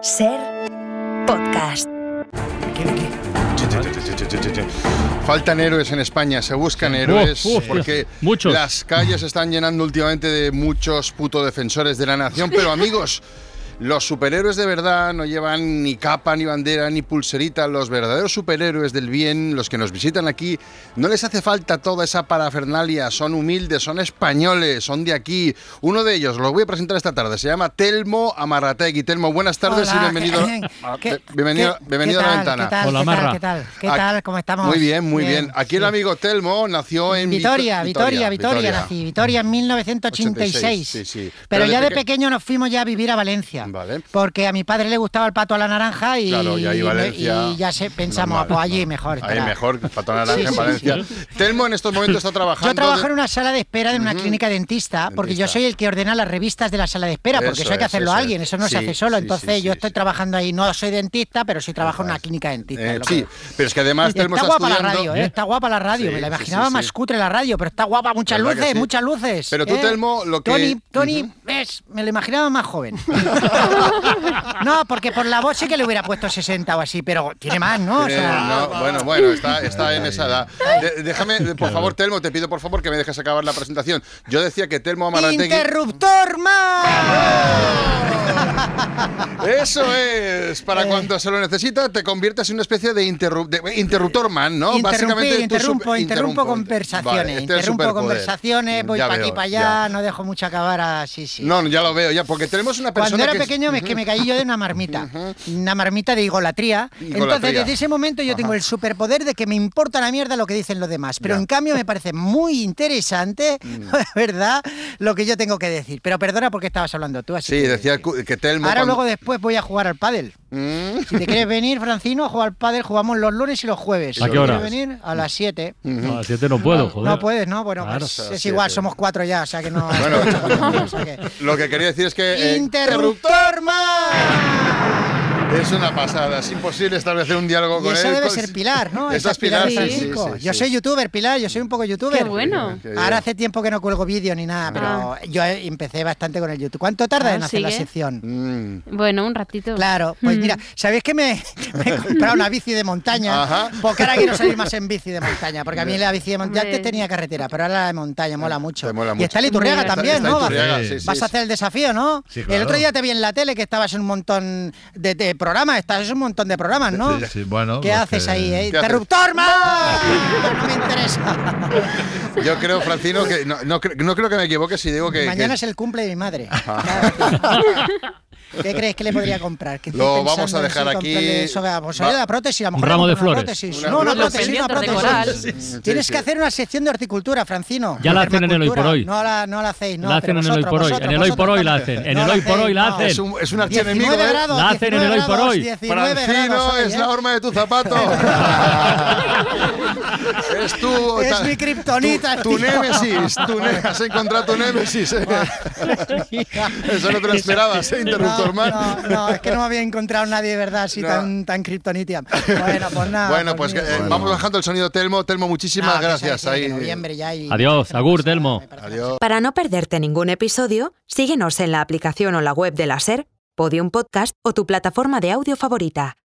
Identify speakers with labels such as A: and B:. A: Ser podcast.
B: Faltan héroes en España, se buscan héroes
C: uf,
B: porque
C: muchos.
B: las calles se están llenando últimamente de muchos puto defensores de la nación, pero amigos, los superhéroes de verdad no llevan ni capa, ni bandera, ni pulserita, los verdaderos superhéroes del bien, los que nos visitan aquí, no les hace falta toda esa parafernalia, son humildes, son españoles, son de aquí. Uno de ellos, lo voy a presentar esta tarde, se llama Telmo Amarategui. Telmo, buenas tardes
D: Hola,
B: y bienvenido.
D: ¿qué-
B: Be- bienvenido-
D: qué-
B: bienvenido
D: qué
B: a la
D: tal,
B: ventana.
D: ¿Qué tal?
C: Hola,
D: ¿Qué tal,
C: Marra.
D: ¿Qué tal? ¿Qué
B: Ah,
D: tal? ¿Cómo estamos?
B: Muy bien, muy bien. Aquí el
D: sí.
B: amigo Telmo nació en
D: Vitoria,
B: Vito-
D: Vitoria, Vitoria, nací. Vitoria en 1986.
B: 86, sí, sí.
D: Pero,
B: Pero de
D: ya de
B: peque-
D: pequeño nos fuimos ya a vivir a Valencia.
B: Vale.
D: Porque a mi padre le gustaba el pato a la naranja y,
B: Claro, y ahí Valencia.
D: y ya se, pensamos,
B: normal,
D: pues allí
B: ¿no?
D: mejor.
B: Ahí
D: espera.
B: mejor, Pato Naranja
D: Sí,
B: en
D: sí,
B: Valencia. Telmo en estos momentos está trabajando.
D: Yo trabajo
B: de-
D: en una sala de espera de una clínica dentista, porque yo
B: Dentista.
D: soy el que ordena las revistas de la sala de espera, porque
B: Eso
D: eso, hay que
B: es,
D: hacerlo
B: eso
D: a
B: es.
D: alguien, eso no
B: Sí,
D: se hace solo.
B: sí,
D: Entonces
B: sí,
D: yo
B: sí,
D: estoy
B: sí.
D: trabajando ahí, no soy dentista, pero sí trabajo en una clínica dentista.
B: Eh,
D: es lo que-
B: sí, pero es que además Telmo
D: está
B: está
D: guapa
B: estudiando.
D: la radio, ¿eh? está guapa la radio.
B: Sí,
D: Me la
B: sí, sí,
D: imaginaba
B: sí.
D: más cutre la radio, pero está guapa, muchas
B: ¿Verdad que
D: luces,
B: sí?
D: muchas luces.
B: Pero tú,
D: ¿eh?
B: Telmo, lo que-
D: Tony, Tony, ves, me lo imaginaba más joven. no, porque por la voz sí que le hubiera puesto 60 o así, pero tiene más, ¿no? O
B: Eh,
D: sea,
B: no, bueno, bueno, está, está en esa edad. De- déjame, por favor, Telmo, te pido por favor que me dejes acabar la presentación. Yo decía que Telmo Amarategui.
D: ¡Interruptor más!
B: Eso es,
D: Eh.
B: para cuando se lo necesita, te conviertes en una especie de, interru- de interruptor man, ¿no?
D: Interrumpí,
B: tú sup-
D: interrumpo, interrumpo
B: inter-
D: conversaciones,
B: Vale, este es
D: interrumpo
B: superpoder.
D: conversaciones, voy
B: Ya
D: para aquí,
B: veo,
D: para allá,
B: ya.
D: no dejo mucho acabar así, sí.
B: No, no, ya lo veo, ya, porque tenemos una persona
D: Cuando era
B: que es-
D: pequeño me, que me caí yo de una marmita, una marmita de idolatría.
B: Idolatría.
D: Entonces desde ese momento yo tengo el superpoder de que me importa la mierda lo que dicen los demás, pero
B: Ya. Mm.
D: en cambio me parece muy interesante, ¿verdad? Lo que yo tengo que decir. Pero perdona porque estabas hablando tú así.
B: Sí,
D: que-
B: decía cu- que Telmo...
D: Ahora
B: cuando-
D: luego después voy a jugar al pádel.
B: Mm,
D: Si te quieres venir, Francino, a jugar al pádel, jugamos los lunes y los jueves.
C: ¿A
D: Si
C: qué hora?
D: quieres venir? A las 7.
B: Mm.
C: No, a las 7 no puedo, joder.
D: No puedes, ¿no? Bueno,
C: Claro.
D: pues es igual, somos cuatro ya, o sea que no...
B: Bueno.
D: o sea que-
B: Lo que quería decir es que... eh,
D: ¡Interruptor más!
B: Es una pasada, es imposible establecer un diálogo
D: Y
B: con él.
D: eso debe
B: con-
D: ser Pilar, ¿no?
B: Esa
D: Esa
B: es Pilar, sí, sí,
D: Francisco.
B: sí,
D: Yo
B: sí.
D: soy youtuber, Pilar, yo soy un poco youtuber.
E: Qué bueno.
B: Qué bien. Ah.
D: Ahora hace tiempo que no cuelgo vídeo ni nada, pero yo empecé bastante con el YouTube. ¿Cuánto tarda
E: Ah,
D: en hacer la
E: ¿sigue? Mm.
D: sección?
B: Mm.
E: Bueno, un ratito.
D: Claro, pues mira, ¿sabéis que me, me he comprado una bici de montaña?
B: Ajá.
D: Porque ahora quiero salir más en bici de montaña, porque a mí la bici de montaña
E: Hombre.
D: antes tenía carretera, pero ahora la de montaña mola mucho.
B: Te mola
D: Y
B: mucho.
D: está Liturriaga
E: Está-
D: también,
B: Está
D: ¿no?
B: Iturriaga,
C: Vas-
B: sí, sí,
D: Vas a
B: sí.
D: hacer el desafío, ¿no?
C: Sí, claro.
D: El otro día te vi en la tele que estabas en un montón de, de programas, estás en un montón de programas, ¿no?
F: Sí, sí, bueno,
D: ¿Qué
F: pues
D: haces
F: que-
D: ahí, eh?
B: ¿Qué haces?
D: ¡Interruptor más! No me interesa.
B: Yo creo, Francino, que no, no cre- no creo que me equivoque si digo que...
D: Mañana
B: que-
D: es el cumple de mi madre.
B: Ah.
D: ¿Qué crees que le podría comprar? Que estoy
B: Lo vamos
D: pensando
B: a
D: en
B: dejar
D: si
B: aquí.
D: comprarle eso, que- pues,
B: Va-
D: oye, la prótesis, a lo
C: Un
D: mejor le
C: ramo de
D: compro una
C: flores.
D: prótesis.
B: Una-
D: No, una
B: unos
D: prótesis, una
E: pendientes de
D: prótesis.
E: coral.
D: Tienes
B: sí.
D: que hacer una sección de horticultura, Francino.
C: Ya la hacen en el
D: Permacultura.
C: Hoy por Hoy.
D: No la, no la hacéis, no.
C: La hacen
D: pero
C: en el Hoy
D: vosotros,
C: por Hoy,
D: vosotros,
C: en el Hoy por
D: vosotros
C: Hoy la
D: también.
C: hacen, en
D: No
C: el
D: la
C: Hoy por Hoy la
D: hacéis, no.
C: hacen.
B: Es un, es un archienemigo,
D: 19
B: ¿eh?
D: grados,
C: La hacen en el Hoy
D: 19
C: por Hoy.
D: grados, 19 grados
B: Francino
D: hoy,
B: es
D: ¿eh?
B: la horma de tu zapato. es tu...
D: Es
B: ta-
D: mi kriptonita,
B: Tu, tu
D: tío.
B: némesis. Tu ne- has encontrado tu némesis. ¿eh? Eso no te lo esperabas, ¿eh, interruptor
D: no,
B: man?
D: No, no, es que no me había encontrado nadie de verdad así
B: No.
D: tan, tan kriptonitia. Bueno, pues nada.
B: Bueno, pues
D: mira.
B: que, eh, vamos bajando el sonido, Telmo. Telmo, muchísimas
D: Nada, Ah, que se
B: gracias.
D: decía que
B: Ahí.
D: en noviembre ya hay-
C: Adiós, agur, Telmo.
D: Me parece una
B: Adiós.
A: Para no perderte ningún episodio, síguenos en la aplicación o la web de la Ser, Podium Podcast o tu plataforma de audio favorita.